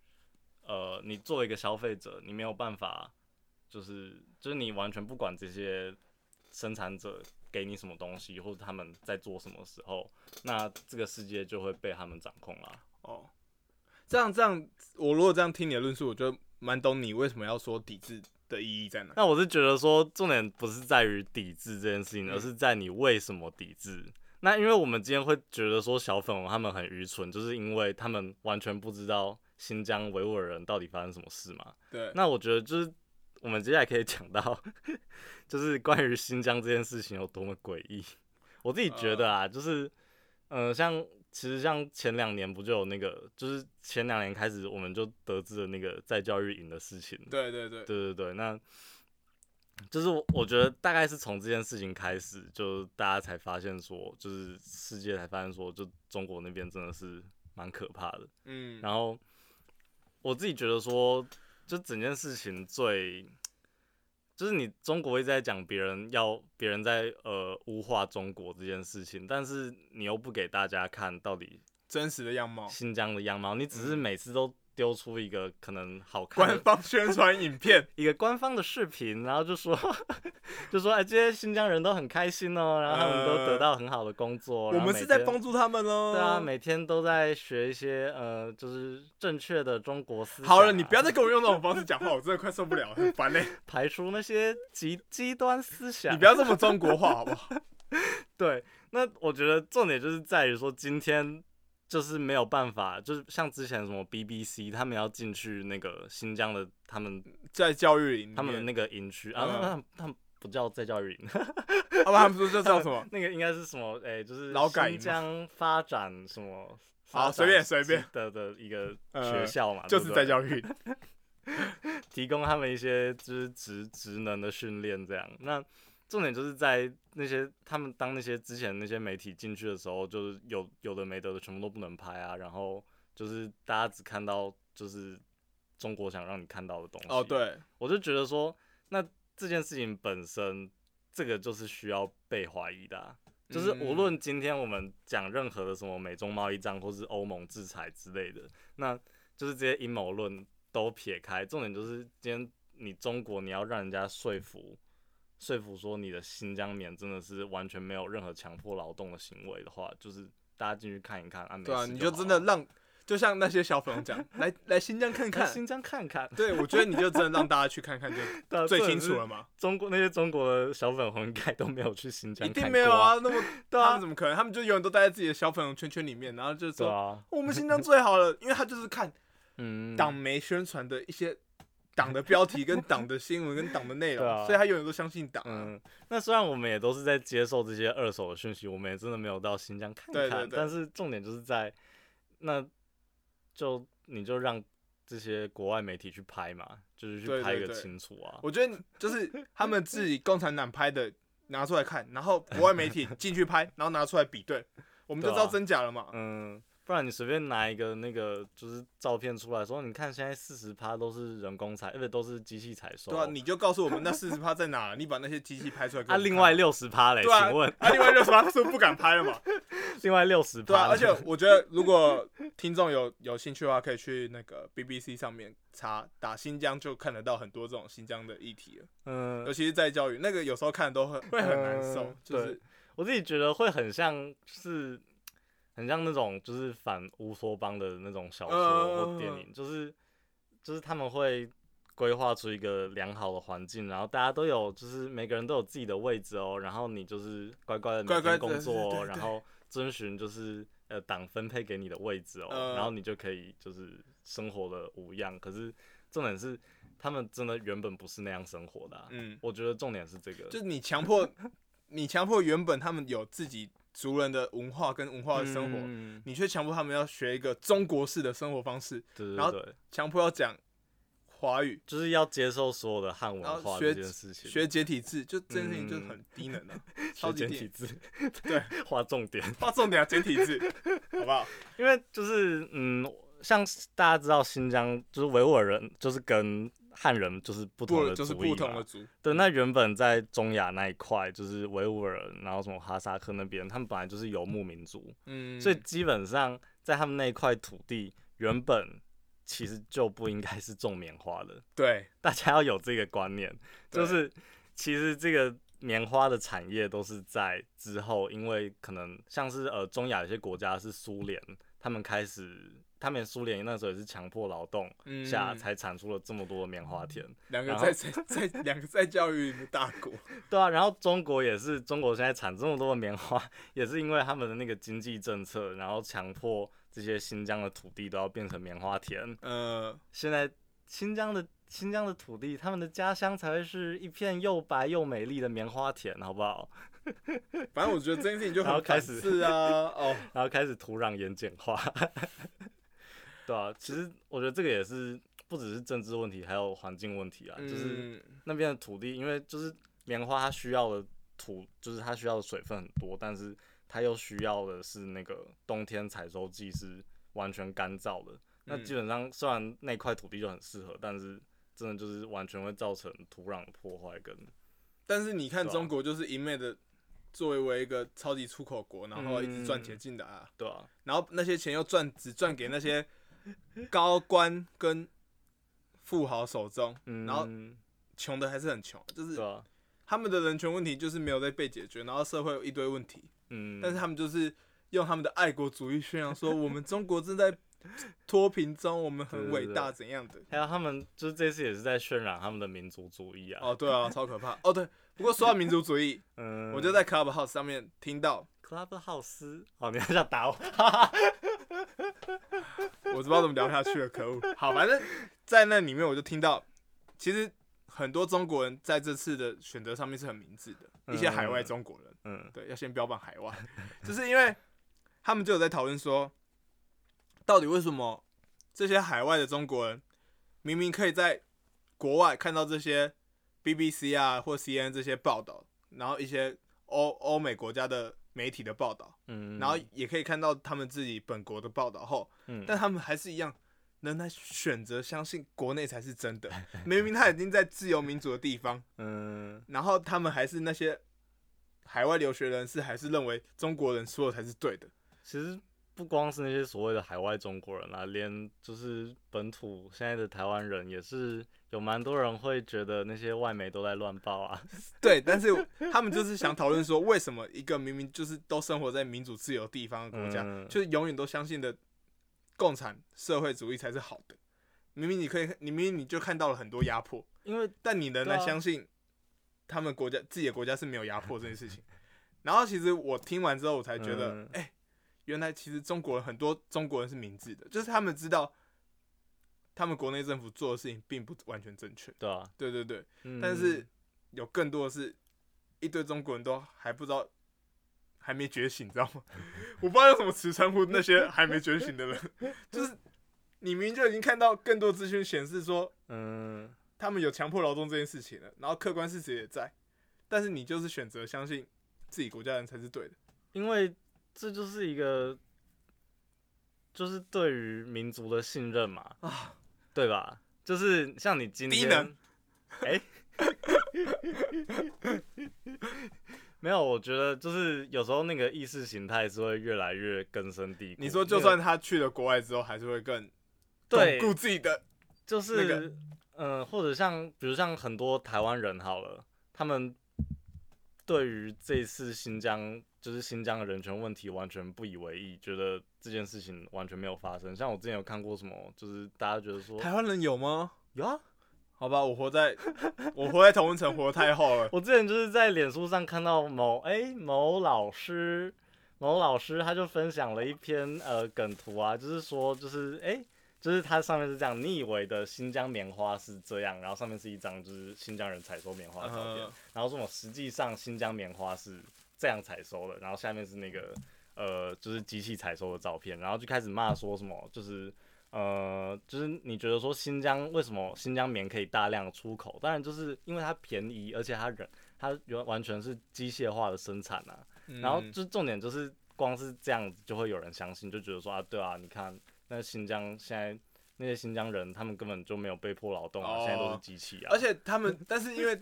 Speaker 1: 呃，你作为一个消费者，你没有办法，就是就是你完全不管这些生产者给你什么东西，或者他们在做什么时候，那这个世界就会被他们掌控啦。
Speaker 2: 哦，这样这样，我如果这样听你的论述，我就蛮懂你为什么要说抵制的意义在哪。
Speaker 1: 那我是觉得说，重点不是在于抵制这件事情，而是在你为什么抵制。那因为我们今天会觉得说小粉红他们很愚蠢，就是因为他们完全不知道新疆维吾尔人到底发生什么事嘛。
Speaker 2: 对，
Speaker 1: 那我觉得就是我们接下来可以 [laughs] 讲到，就是关于新疆这件事情有多么诡异。我自己觉得啊，就是呃，像其实像前两年不就有那个，就是前两年开始我们就得知了那个在教育营的事情。
Speaker 2: 对对对，
Speaker 1: 对对对，那就是我我觉得大概是从这件事情开始，就大家才发现说，就是世界才发现说，就中国那边真的是蛮可怕的。
Speaker 2: 嗯，
Speaker 1: 然后我自己觉得说，就整件事情最，就是你中国一直在讲别人要别人在呃污化中国这件事情，但是你又不给大家看到底
Speaker 2: 真实的样貌，
Speaker 1: 新疆的样貌，你只是每次都丢出一个可能好
Speaker 2: 嗯
Speaker 1: 看
Speaker 2: 官
Speaker 1: 的，
Speaker 2: 方宣传影片
Speaker 1: 一个官方的视频，然后就说 [laughs] 就说哎，这些新疆人都很开心哦，然后他们都得
Speaker 2: 呃
Speaker 1: 到很好的工作，
Speaker 2: 我
Speaker 1: 然后
Speaker 2: 们
Speaker 1: 每
Speaker 2: 是在
Speaker 1: 天
Speaker 2: 帮助他们哦。
Speaker 1: 对啊，每天都在学一些呃，就是正确的中国思想啊、
Speaker 2: 好了，你不要再跟我用这种方式讲话，我真的快受不了了，很 [laughs] 烦嘞、欸
Speaker 1: 排除那些极极端思想。
Speaker 2: 你不要这么中国化好不好？
Speaker 1: 对，那我觉得重点就是在于说，今天就是没有办法，就是像之前什么 BBC 他们要进去那个新疆的他们
Speaker 2: 在教育营里面，
Speaker 1: 他们的那个营区啊，
Speaker 2: 嗯
Speaker 1: 他们他们不叫在教育营，
Speaker 2: 好吧，他们说这叫什 [laughs] 么？
Speaker 1: [laughs] 那个应该是什么？哎、就是
Speaker 2: 劳改营
Speaker 1: 新
Speaker 2: 吗
Speaker 1: 疆发展什么？
Speaker 2: 好随便随便
Speaker 1: 的的一个学
Speaker 2: 呃
Speaker 1: 校嘛，
Speaker 2: 就
Speaker 1: 对
Speaker 2: 是
Speaker 1: 不
Speaker 2: 在
Speaker 1: 对
Speaker 2: 教育营。
Speaker 1: 提供他们一些就是职职能的训练，这样。那重点就是在那些他们当那些之前那些媒体进去的时候，就是有有的没得的全部都不能拍啊，然后就是大家只看到就是中国想让你看到的东西。
Speaker 2: 哦，，对，
Speaker 1: 我就觉得说，那这件事情本身，这个就是需要被怀疑的啊、就是无
Speaker 2: 嗯
Speaker 1: 论今天我们讲任何的什么美中贸易战，或是欧盟制裁之类的，那就是这些阴谋论都撇开，重点就是今天你中国你要让人家说服，说服说你的新疆棉真的是完全没有任何强迫劳动的行为的话，就是大家进去看一看啊，没
Speaker 2: 对啊，
Speaker 1: 事
Speaker 2: 你
Speaker 1: 就
Speaker 2: 就
Speaker 1: 好
Speaker 2: 真的
Speaker 1: 了
Speaker 2: 让，就像那些小粉红讲，来来新疆看
Speaker 1: 来
Speaker 2: 看。
Speaker 1: 新疆看看，
Speaker 2: 对，我觉得你就真的让大家去看看，
Speaker 1: [laughs]
Speaker 2: 就
Speaker 1: 对啊
Speaker 2: 最
Speaker 1: 重
Speaker 2: 清
Speaker 1: 点
Speaker 2: 楚
Speaker 1: 是
Speaker 2: 了嘛。
Speaker 1: 中国那些中国的小粉红应该都没有去新疆、
Speaker 2: 一定没有啊，，那么
Speaker 1: [laughs] 对
Speaker 2: 他
Speaker 1: 啊
Speaker 2: 们，怎么可能？他们就永远都待在自己的小粉红圈圈里面，然后就
Speaker 1: 对
Speaker 2: 说
Speaker 1: 啊，
Speaker 2: 我们新疆最好了，因为他就是看
Speaker 1: 嗯，
Speaker 2: 党媒宣传的一些党的标题、跟党的新闻、跟党的内容
Speaker 1: [laughs] 对啊，
Speaker 2: 所以他永远都相信党啊。
Speaker 1: 嗯，那虽然我们也都是在接受这些二手的讯息，我们也真的没有到新疆看看，
Speaker 2: 对对对
Speaker 1: 但是重点就是在，那就你就让这些国外媒体去拍嘛，就是去
Speaker 2: 对
Speaker 1: 拍一
Speaker 2: 对
Speaker 1: 个
Speaker 2: 对
Speaker 1: 清楚啊。
Speaker 2: 我觉得就是他们自己共产党拍的拿出来看，然后国外媒体
Speaker 1: [laughs]
Speaker 2: 进去拍，然后拿出来比对，我们就知道
Speaker 1: 对啊
Speaker 2: 真假了嘛。
Speaker 1: 嗯，不然你随便拿一个那个就是照片出来说，你看现在四十趴都是人工采，呃，不都是机器采收。
Speaker 2: 对啊，你就告诉我们那四十趴在哪，你把那些机器拍出来给我
Speaker 1: 啊，
Speaker 2: 们看。
Speaker 1: 另外六十趴嘞，
Speaker 2: 对啊
Speaker 1: 请问，
Speaker 2: 啊，另外六十趴是不是不敢拍了 [laughs] 嘛？
Speaker 1: 另外六十趴，
Speaker 2: 对啊，而且我觉得如果听众有有兴趣的话，可以去那个 BBC 上面查打新疆，就看得到很多这种新疆的议题了，
Speaker 1: [laughs] 嗯
Speaker 2: 尤，其是在教育那个有时候看都会会很难受
Speaker 1: 嗯，
Speaker 2: 就是
Speaker 1: 我自己觉得会很像是，很像那种就是反乌托邦的那种小
Speaker 2: 嗯
Speaker 1: 说或电影，就是就是他们会规划出一个良好的环境，然后大家都有就是每个人都有自己的位置哦，然后你就是乖乖的
Speaker 2: 乖
Speaker 1: 每
Speaker 2: 乖
Speaker 1: 天
Speaker 2: 地
Speaker 1: 工作哦、
Speaker 2: 对对对
Speaker 1: 然后遵循就是呃党分配给你的位置哦，
Speaker 2: 呃
Speaker 1: 然后你就可以就是生活的无恙。可是重点是他们真的原本不是那样生活的、啊，
Speaker 2: 嗯，
Speaker 1: 我觉得重点是这个，
Speaker 2: 就是你强迫 [laughs] 你强迫原本他们有自己族人的文化跟文化的生活，
Speaker 1: 嗯
Speaker 2: 你却强迫他们要学一个中国式的生活方式，
Speaker 1: 对
Speaker 2: 然后
Speaker 1: 对对，
Speaker 2: 强迫要讲华语，
Speaker 1: 就是要接受所有的汉
Speaker 2: 然
Speaker 1: 文
Speaker 2: 后
Speaker 1: 化
Speaker 2: 学
Speaker 1: 这件事情，
Speaker 2: 学简体字，就这件事情就是
Speaker 1: 嗯
Speaker 2: 很低能的、
Speaker 1: [laughs] 学
Speaker 2: 超级
Speaker 1: 简
Speaker 2: 低
Speaker 1: 体
Speaker 2: 能。
Speaker 1: 字，
Speaker 2: 对，
Speaker 1: 划重点。
Speaker 2: 画重点啊，简体
Speaker 1: [laughs]
Speaker 2: 字，好不好？
Speaker 1: 因为就是嗯，像是大家知道新疆就是维吾尔人，就是跟汉人就是不同
Speaker 2: 不
Speaker 1: 的
Speaker 2: 就是
Speaker 1: 族裔
Speaker 2: 不同
Speaker 1: 嘛
Speaker 2: 的族，
Speaker 1: 对，那原本在中亚那一块，就是维吾尔人，然后什么哈萨克那边，他们本来就是游牧民族，
Speaker 2: 嗯，
Speaker 1: 所以基本上在他们那一块土地，原本其实就不应该是种棉花的。
Speaker 2: 对，
Speaker 1: 大家要有这个观念，就
Speaker 2: 对
Speaker 1: 是其实这个棉花的产业都是在之后，因为可能像是呃中亚有些国家是苏联，他们开始，他们苏联那时候也是强迫劳动
Speaker 2: 嗯
Speaker 1: 下才产出了这么多的棉花田，
Speaker 2: 两个
Speaker 1: 然
Speaker 2: 在在在两个在教育的大国，
Speaker 1: 对啊，然后中国也是，中国现在产这么多的棉花，也是因为他们的那个经济政策，然后强迫这些新疆的土地都要变成棉花田，
Speaker 2: 呃，
Speaker 1: 现在新疆的新疆的土地，他们的家乡才会是一片又白又美丽的棉花田，好不好？
Speaker 2: 反正我觉得这件事情就
Speaker 1: 然
Speaker 2: 很
Speaker 1: 后开始
Speaker 2: 是啊，哦，
Speaker 1: 然后开始土壤盐碱化， [laughs] 对啊，其实我觉得这个也是不只是政治问题，还有环境问题啊， [laughs] 就是
Speaker 2: 嗯
Speaker 1: 那边的土地，因为就是棉花它需要的土，就是它需要的水分很多，但是它又需要的是那个冬天采收季是完全干燥的。那
Speaker 2: 嗯
Speaker 1: 基本上虽然那块土地就很适合，但是真的就是完全会造成土壤的破坏跟
Speaker 2: 但是你看
Speaker 1: 对啊
Speaker 2: 中国就是一昧的作为一个超级出口国，然后一直赚钱
Speaker 1: 嗯
Speaker 2: 进的啊，
Speaker 1: 对啊，
Speaker 2: 然后那些钱又赚只赚给那些高官跟富豪手中，
Speaker 1: 嗯，
Speaker 2: 然后穷的还是很穷，就
Speaker 1: 对
Speaker 2: 是
Speaker 1: 啊，
Speaker 2: 他们的人权问题就是没有在被解决，然后社会有一堆问题，
Speaker 1: 嗯，
Speaker 2: 但是他们就是用他们的爱国主义宣扬说我们中国正在脱贫中，我们很伟大怎样的。
Speaker 1: 还有他们就是这次也是在渲染他们的民族主义啊，
Speaker 2: 哦，对啊，超可怕。哦，对，不过说到民族主义，
Speaker 1: 嗯，
Speaker 2: 我就在 Clubhouse 上面听到，
Speaker 1: Clubhouse，哦，你还想打我？
Speaker 2: 我不知道怎么聊下去了，可恶。好，反正在那里面我就听到，其实很多中国人在这次的选择上面是很明智的，一些海外中国人，
Speaker 1: 嗯
Speaker 2: 对，要先标榜海外， [laughs] 就是因为他们就有在讨论说，到底为什么这些海外的中国人明明可以在国外看到这些 BBC 啊或 CNN 这些报道，然后一些欧欧美国家的媒体的报道，
Speaker 1: 嗯，
Speaker 2: 然后也可以看到他们自己本国的报道后，
Speaker 1: 嗯，
Speaker 2: 但他们还是一样。仍然选择相信国内才是真
Speaker 1: [laughs]
Speaker 2: 的，明明他已经在自由民主的地方，
Speaker 1: 嗯
Speaker 2: 然后他们还是那些海外留学人士，还是认为中国人说的才是对的。
Speaker 1: 其实不光是那些所谓的海外中国人啦、连就是本土现在的台湾人也是有蛮多人会觉得那些外媒都在乱报啊。 [laughs]
Speaker 2: 对，但是他们就是想讨论说，为什么一个明明就是都生活在民主自由地方的国家，
Speaker 1: 嗯
Speaker 2: 就是永远都相信的共产社会主义才是好的。明明你可以，你明明你就看到了很多压迫，
Speaker 1: 因为
Speaker 2: 但你仍然
Speaker 1: 对啊
Speaker 2: 相信他们国家自己的国家是没有压迫这件事情。 [laughs] 然后其实我听完之后，我才觉得，
Speaker 1: 嗯
Speaker 2: 哎、原来其实中国人很多中国人是明智的，就是他们知道他们国内政府做的事情并不完全正确。
Speaker 1: 对啊，
Speaker 2: 对对对，
Speaker 1: 嗯、
Speaker 2: 但是有更多的是一堆中国人都还不知道。还没觉醒，你知道吗？ [laughs] 我不知道用什么词称呼那些还没觉醒的人， [laughs] 就是你明明就已经看到更多资讯显示说
Speaker 1: 嗯，
Speaker 2: 他们有强迫劳动这件事情了，然后客观事实也在，但是你就是选择相信自己国家人才是对的。
Speaker 1: 因为这就是一个就是对于民族的信任嘛，
Speaker 2: 啊，
Speaker 1: 对吧？就是像你今
Speaker 2: 低
Speaker 1: 天
Speaker 2: 能，
Speaker 1: 哎、 [laughs] 没有，我觉得就是有时候那个意识形态是会越来越根深蒂固。
Speaker 2: 你说就
Speaker 1: 那个
Speaker 2: 算他去了国外之后，还是会更
Speaker 1: 对
Speaker 2: 巩固自己的，
Speaker 1: 就是、
Speaker 2: 那个
Speaker 1: 呃，或者像比如像很多台湾人好了，他们对于这次新疆就是新疆的人权问题完全不以为意，觉得这件事情完全没有发生。像我之前有看过什么，就是大家觉得说
Speaker 2: 台湾人有吗？
Speaker 1: 有啊，
Speaker 2: 好吧，我活在我活在同 [laughs] 温层活得太厚了。
Speaker 1: 我之前就是在脸书上看到某哎、某老师某老师他就分享了一篇呃梗图啊，就是说就是哎、就是它上面是这样，你以为的新疆棉花是这样，然后上面是一张就是新疆人采收棉花的照片，
Speaker 2: 嗯
Speaker 1: 然后说我实际上新疆棉花是这样采收的，然后下面是那个呃就是机器采收的照片，然后就开始骂说什么就是。呃，就是你觉得说新疆为什么新疆棉可以大量出口？当然就是因为它便宜，而且它人它原完全是机械化的生产啊。然后
Speaker 2: 嗯
Speaker 1: 就重点就是光是这样子就会有人相信，就觉得说啊，对啊，你看那新疆现在那些新疆人，他们根本就没有被迫劳动啊，现在都是
Speaker 2: 哦
Speaker 1: 机器啊。
Speaker 2: 而且他们，但是因为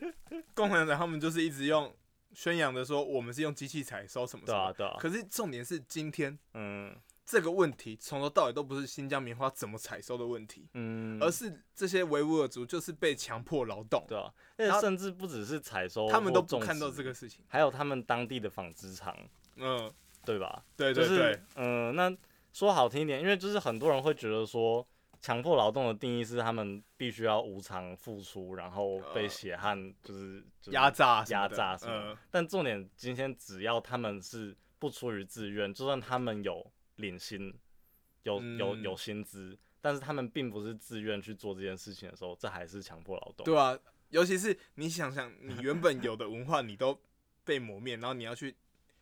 Speaker 2: 共产党他们就是一直用宣扬的说我们是用机器采收什么什
Speaker 1: 对啊
Speaker 2: 么，
Speaker 1: 对啊，
Speaker 2: 可是重点是今天
Speaker 1: 嗯
Speaker 2: 这个问题从头到尾都不是新疆棉花怎么采收的问题，
Speaker 1: 嗯，
Speaker 2: 而是这些维吾尔族就是被强迫劳动，
Speaker 1: 对啊，而
Speaker 2: 然
Speaker 1: 且
Speaker 2: 后
Speaker 1: 甚至不只是采收，
Speaker 2: 他们都不看到这个，事情。
Speaker 1: 还有他们当地的纺织厂，
Speaker 2: 嗯，
Speaker 1: 对吧？
Speaker 2: 对对
Speaker 1: 就
Speaker 2: 对，
Speaker 1: 是嗯、呃那说好听一点，因为就是很多人会觉得说，强迫劳动的定义是他们必须要无偿付出，然后被
Speaker 2: 呃
Speaker 1: 血汗就是就是
Speaker 2: 压榨什
Speaker 1: 压
Speaker 2: 么的
Speaker 1: 榨什么的。
Speaker 2: 嗯
Speaker 1: 但重点今天只要他们是不出于自愿，就算他们有领薪，有有
Speaker 2: 嗯
Speaker 1: 有薪资。但是他们并不是自愿去做这件事情的时候，这还是强迫劳动。
Speaker 2: 对啊，尤其是你想想，你原本有的文化你都被磨灭，然后你要去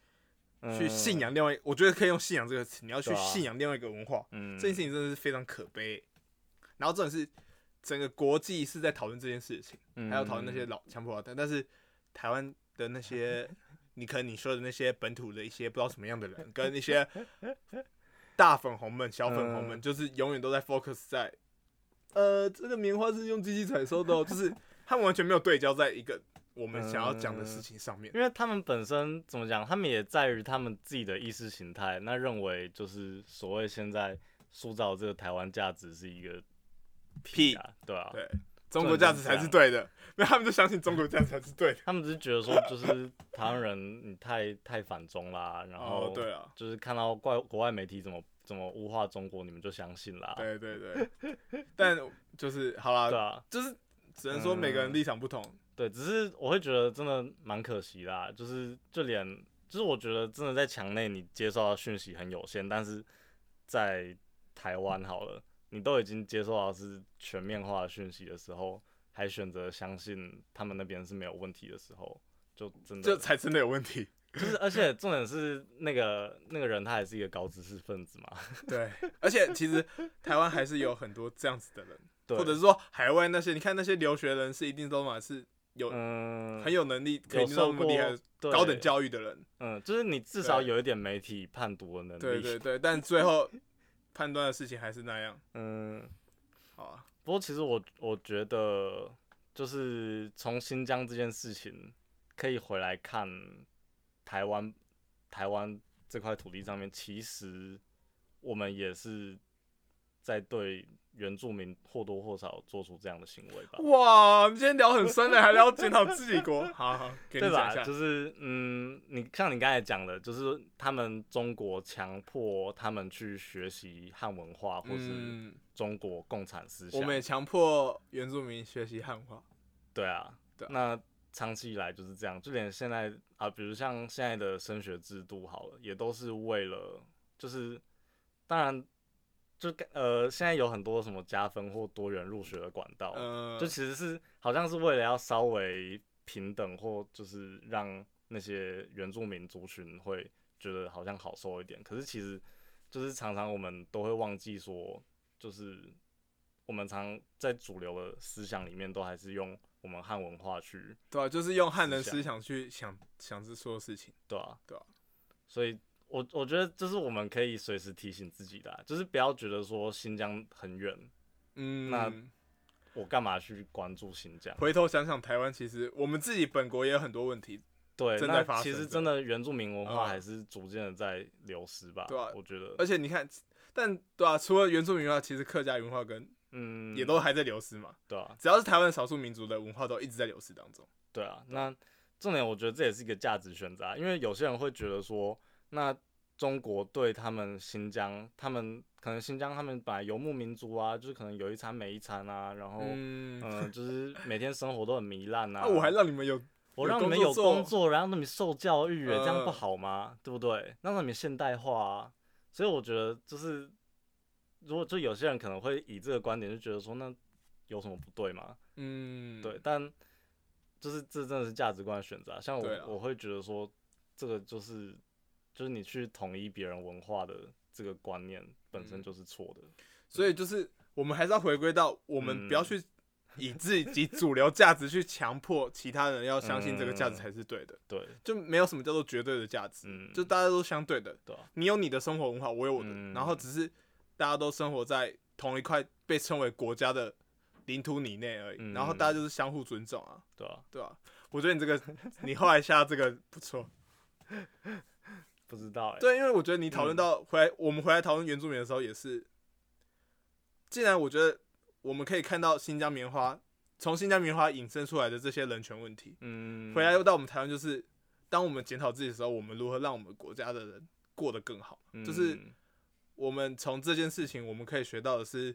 Speaker 1: [laughs] 嗯，
Speaker 2: 去信仰另外，我觉得可以用信仰这个词，你要去
Speaker 1: 对啊
Speaker 2: 信仰另外一个文化，
Speaker 1: 嗯，
Speaker 2: 这件事情真的是非常可悲。然后重点是，整个国际是在讨论这件事情，
Speaker 1: 情
Speaker 2: 还有讨论那些老强迫劳动，但是台湾的那些，你可能你说的那些本土的一些不知道什么样的人，跟一些大粉红们、小粉红们，
Speaker 1: 嗯
Speaker 2: 就是永远都在 focus 在，呃，这个棉花是用机器采收的、哦，就是他们完全没有对焦在一个我们想要讲的事情上面。
Speaker 1: 因为他们本身怎么讲，他们也在于他们自己的意识形态，那认为就是所谓现在塑造这个台湾价值是一个
Speaker 2: 屁
Speaker 1: 啊，对啊，
Speaker 2: 对，中国价值才是对的，没有他们就相信中国价值才是对的。
Speaker 1: 他们只是觉得说就是台湾人你太太反中啦，然
Speaker 2: 哦
Speaker 1: 后，
Speaker 2: 对啊，
Speaker 1: 就是看到怪国外媒体怎么怎么污化中国，你们就相信啦，
Speaker 2: 对对对， [laughs] 但就是好啦，
Speaker 1: 哦对啊，
Speaker 2: 就是只能说每个人立场不同。
Speaker 1: 对，只是我会觉得真的蛮可惜啦，就是就连就是我觉得真的在墙内你接受到讯息很有限，但是在台湾好了，你都已经接受到是全面化的讯息的时候，还选择相信他们那边是没有问题的时候，就真的
Speaker 2: 这才真的有问题。
Speaker 1: 就是而且重点是那个那个人他也是一个高知识分子嘛，
Speaker 2: [laughs] 对，而且其实台湾还是有很多这样子的人，
Speaker 1: [laughs] 对，
Speaker 2: 或者是说海外那些，你看那些留学人是一定都嘛是有、
Speaker 1: 嗯
Speaker 2: 很有能力，可以
Speaker 1: 有
Speaker 2: 那
Speaker 1: 受
Speaker 2: 么厉害的
Speaker 1: 过
Speaker 2: 高等
Speaker 1: 育，
Speaker 2: 教育的人。
Speaker 1: 嗯，就是你至少
Speaker 2: 对
Speaker 1: 有一点媒体判读的能力，
Speaker 2: 对对对，但最后判断的事情还是那样。
Speaker 1: 嗯。
Speaker 2: 好啊，
Speaker 1: 不过其实我我觉得，就是从新疆这件事情，可以回来看台湾，台湾这块土地上面，其实我们也是在对原住民或多或少做出这样的行为吧，
Speaker 2: 哇，我们今天聊很深的，还聊检讨自己国。好好，给你讲
Speaker 1: 对
Speaker 2: 一
Speaker 1: 吧？
Speaker 2: 下
Speaker 1: 就。是嗯，你像你刚才讲的，就是他们中国强迫他们去学习汉文化，或是
Speaker 2: 嗯，
Speaker 1: 中国共产思想，
Speaker 2: 我们也强迫原住民学习汉化。
Speaker 1: 对啊，
Speaker 2: 对啊
Speaker 1: 那长期以来就是这样，就连现在啊，比如像现在的升学制度好了，也都是为了就是，当然就跟呃，现在有很多什么加分或多元入学的管道，
Speaker 2: 嗯，
Speaker 1: 就其实是好像是为了要稍微平等或就是让那些原住民族群会觉得好像好受一点，可是其实就是常常我们都会忘记说，就是我们常在主流的思想里面都还是用我们汉文化去，
Speaker 2: 对啊，就是用汉人
Speaker 1: 思
Speaker 2: 思想去想想这所有事情。
Speaker 1: 对啊，
Speaker 2: 对啊，
Speaker 1: 所以。我我觉得就是我们可以随时提醒自己的啊、就是不要觉得说新疆很远，
Speaker 2: 嗯，
Speaker 1: 那我干嘛去关注新疆？
Speaker 2: 回头想想，台湾其实我们自己本国也有很多问题，
Speaker 1: 对，
Speaker 2: 正
Speaker 1: 那
Speaker 2: 在发
Speaker 1: 其
Speaker 2: 生
Speaker 1: 实
Speaker 2: 着
Speaker 1: 真的原住民文化
Speaker 2: 嗯
Speaker 1: 还是逐渐的在流失吧。
Speaker 2: 对啊
Speaker 1: 我觉得，
Speaker 2: 而且你看，但对啊，除了原住民文化，其实客家文化跟
Speaker 1: 嗯，
Speaker 2: 也都还在流失嘛。
Speaker 1: 对啊，
Speaker 2: 只要是台湾少数民族的文化，都一直在流失当中。
Speaker 1: 对啊。那重点，我觉得这也是一个价值选择、啊，因为有些人会觉得说，那中国对他们新疆，他们可能新疆他们本来游牧民族啊，就是可能有一餐没一餐啊，然后嗯、
Speaker 2: 嗯，
Speaker 1: 呃就是每天生活都很糜烂啊。
Speaker 2: 那我还让你们有
Speaker 1: 我
Speaker 2: 有
Speaker 1: 让你
Speaker 2: 工
Speaker 1: 们
Speaker 2: 作
Speaker 1: 有
Speaker 2: 做
Speaker 1: 工作，然后让你们受教育，哎这样不
Speaker 2: 嗯
Speaker 1: 好吗？对不对？让你们现代化啊。所以我觉得就是，如果就有些人可能会以这个观点就觉得说，那有什么不对吗？
Speaker 2: 嗯，
Speaker 1: 对，，但就是这真的是价值观的选择啊、像我、
Speaker 2: 对啊
Speaker 1: 我会觉得说，这个就是就是你去统一别人文化的这个观念本身
Speaker 2: 嗯
Speaker 1: 就是错的。
Speaker 2: 所以就是我们还是要回归到我们不要
Speaker 1: 嗯
Speaker 2: 去以自己主流价值去强迫其他人要相信这个价值才是对的，
Speaker 1: 对，
Speaker 2: 就没有什么叫做绝对的价值，
Speaker 1: 嗯嗯，
Speaker 2: 就大家都相对的。
Speaker 1: 对啊，
Speaker 2: 你有你的生活文化，我有我的，
Speaker 1: 嗯
Speaker 2: 然后只是大家都生活在同一块被称为国家的领土以内而已，
Speaker 1: 嗯
Speaker 2: 然后大家就是相互尊重啊，
Speaker 1: 对啊，
Speaker 2: 对吧、我觉得你这个， [laughs] 你后来下这个不
Speaker 1: [laughs]
Speaker 2: 错，
Speaker 1: 不知道哎、
Speaker 2: 对，因为我觉得你讨论到
Speaker 1: 嗯
Speaker 2: 回来，我们回来讨论原住民的时候也是，既然我觉得我们可以看到新疆棉花从新疆棉花引申出来的这些人权问题，
Speaker 1: 嗯，
Speaker 2: 回来又到我们台湾，就是当我们检讨自己的时候，我们如何让我们国家的人过得更好，就是
Speaker 1: 嗯
Speaker 2: 我们从这件事情我们可以学到的是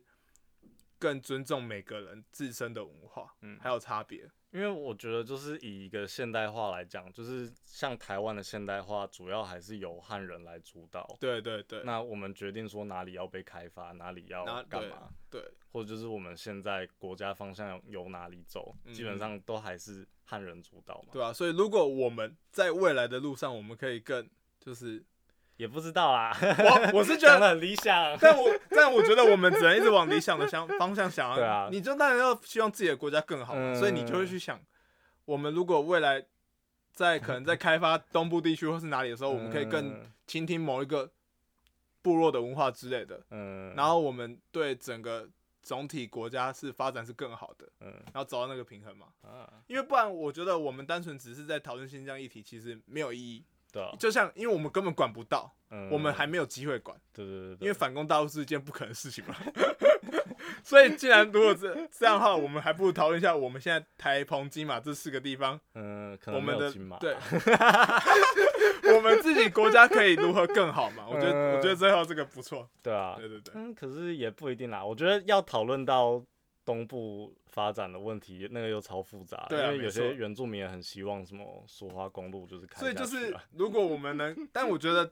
Speaker 2: 更尊重每个人自身的文化，
Speaker 1: 嗯
Speaker 2: 还有差别，
Speaker 1: 因为我觉得就是以一个现代化来讲，就是像台湾的现代化，主要还是由汉人来主导。
Speaker 2: 对对对，
Speaker 1: 那我们决定说哪里要被开发，哪里要
Speaker 2: 哪
Speaker 1: 干
Speaker 2: 对
Speaker 1: 嘛，
Speaker 2: 对，
Speaker 1: 或者就是我们现在国家方向由哪里走，基本
Speaker 2: 嗯
Speaker 1: 上都还是汉人主导嘛。
Speaker 2: 对啊，所以如果我们在未来的路上，我们可以更
Speaker 1: [laughs]
Speaker 2: 就是。
Speaker 1: 也不知道啦，
Speaker 2: 我我是觉得
Speaker 1: [laughs] 讲的很理想。
Speaker 2: 但我但我觉得我们只能一直往理想的想方向想啊。
Speaker 1: 对啊
Speaker 2: 你就当然要希望自己的国家更好嘛，
Speaker 1: 嗯
Speaker 2: 所以你就会去想，我们如果未来在可能
Speaker 1: [laughs]
Speaker 2: 在开发东部地区或是哪里的时候，我们可以更
Speaker 1: 嗯
Speaker 2: 倾听某一个部落的文化之类的，
Speaker 1: 嗯，
Speaker 2: 然后我们对整个总体国家是发展是更好的，
Speaker 1: 嗯
Speaker 2: 然后找到那个平衡嘛。
Speaker 1: 啊，
Speaker 2: 因为不然，我觉得我们单纯只是在讨论新疆议题，其实没有意义。
Speaker 1: 对啊，
Speaker 2: 就像，因为我们根本管不到，
Speaker 1: 嗯
Speaker 2: 我们还没有机会管。
Speaker 1: 对对对
Speaker 2: 因
Speaker 1: 对，
Speaker 2: 为反攻大陆是一件不可能的事情嘛。 [laughs] 所以，既然如果这这样的话，我们还不如讨论一下我们现在台澎金马这四个地方，
Speaker 1: 嗯，可
Speaker 2: 我
Speaker 1: 能没
Speaker 2: 们
Speaker 1: 有
Speaker 2: 的
Speaker 1: 金马，
Speaker 2: 对， [laughs] 我们自己国家可以如何更好嘛？我觉得，
Speaker 1: 嗯
Speaker 2: 我觉得最后这个不错。
Speaker 1: 对啊，
Speaker 2: 对对对，
Speaker 1: 嗯，可是也不一定啦。我觉得要讨论到东部发展的问题，那个又超复杂，
Speaker 2: 对啊
Speaker 1: 因为有
Speaker 2: 没错
Speaker 1: 些原住民也很希望什么苏花公路就是开、下
Speaker 2: 所以就
Speaker 1: 去
Speaker 2: 是
Speaker 1: 啊，
Speaker 2: [laughs] 如果我们
Speaker 1: [laughs]
Speaker 2: 能，但我觉得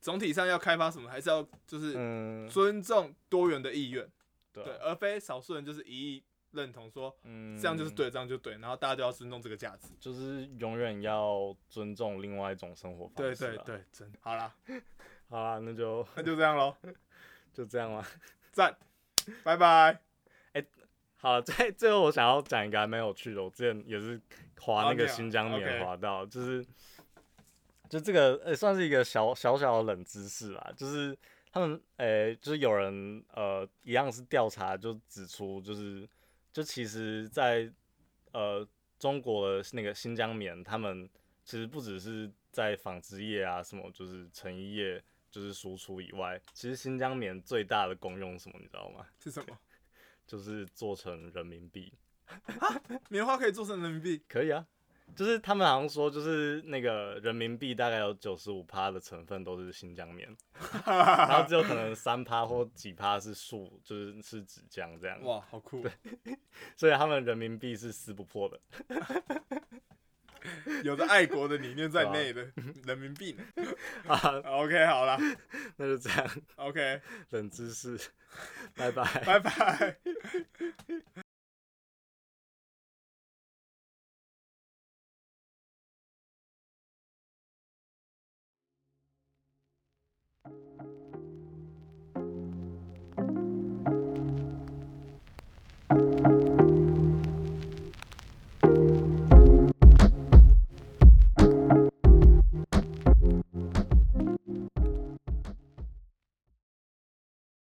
Speaker 2: 总体上要开发什么，还是要就是
Speaker 1: 嗯，
Speaker 2: 尊重多元的意愿，
Speaker 1: 对
Speaker 2: 对，
Speaker 1: 啊，
Speaker 2: 而非少数人就是一意认同说
Speaker 1: 嗯，
Speaker 2: 这样就是，对，这样就对，然后大家就要尊重这个价值。
Speaker 1: 就是永远要尊重另外一种生活
Speaker 2: 对
Speaker 1: 方式。
Speaker 2: 对，对，真哦啊的好啦，
Speaker 1: 好啦，那就
Speaker 2: 那就这样喽。
Speaker 1: 就这样啦。
Speaker 2: 赞，拜拜。
Speaker 1: 好，最最后我想要讲一个还蛮有趣的，我之前也是滑那
Speaker 2: 哦你
Speaker 1: 个
Speaker 2: 有
Speaker 1: 新疆棉
Speaker 2: OK
Speaker 1: 滑道，就是就这个呃、算是一个小小小的冷知识啦，就是他们呃、就是有人呃一样是调查就指出，就是就其实在呃中国的那个新疆棉，他们其实不只是在纺织业啊什么，就是成衣业就是输出以外，其实新疆棉最大的功用是什么，你知道吗？
Speaker 2: 是什么？
Speaker 1: 就是做成人民币。
Speaker 2: 棉花可以做成人民币？
Speaker 1: 可以啊，就是他们好像说，就是那个人民币大概有九十五趴的成分都是新疆 [laughs] 棉，然后只有可能三趴或几趴是树，就是是纸浆这样。
Speaker 2: 哇，好酷！
Speaker 1: 所以他们人民币是撕不破的。 [laughs]
Speaker 2: 有着爱国的理念在内
Speaker 1: [laughs]
Speaker 2: 的人民币呢。
Speaker 1: 啊，
Speaker 2: OK，好啦
Speaker 1: 那就这样，
Speaker 2: o k
Speaker 1: [laughs] 冷知识，拜拜。
Speaker 2: 拜拜。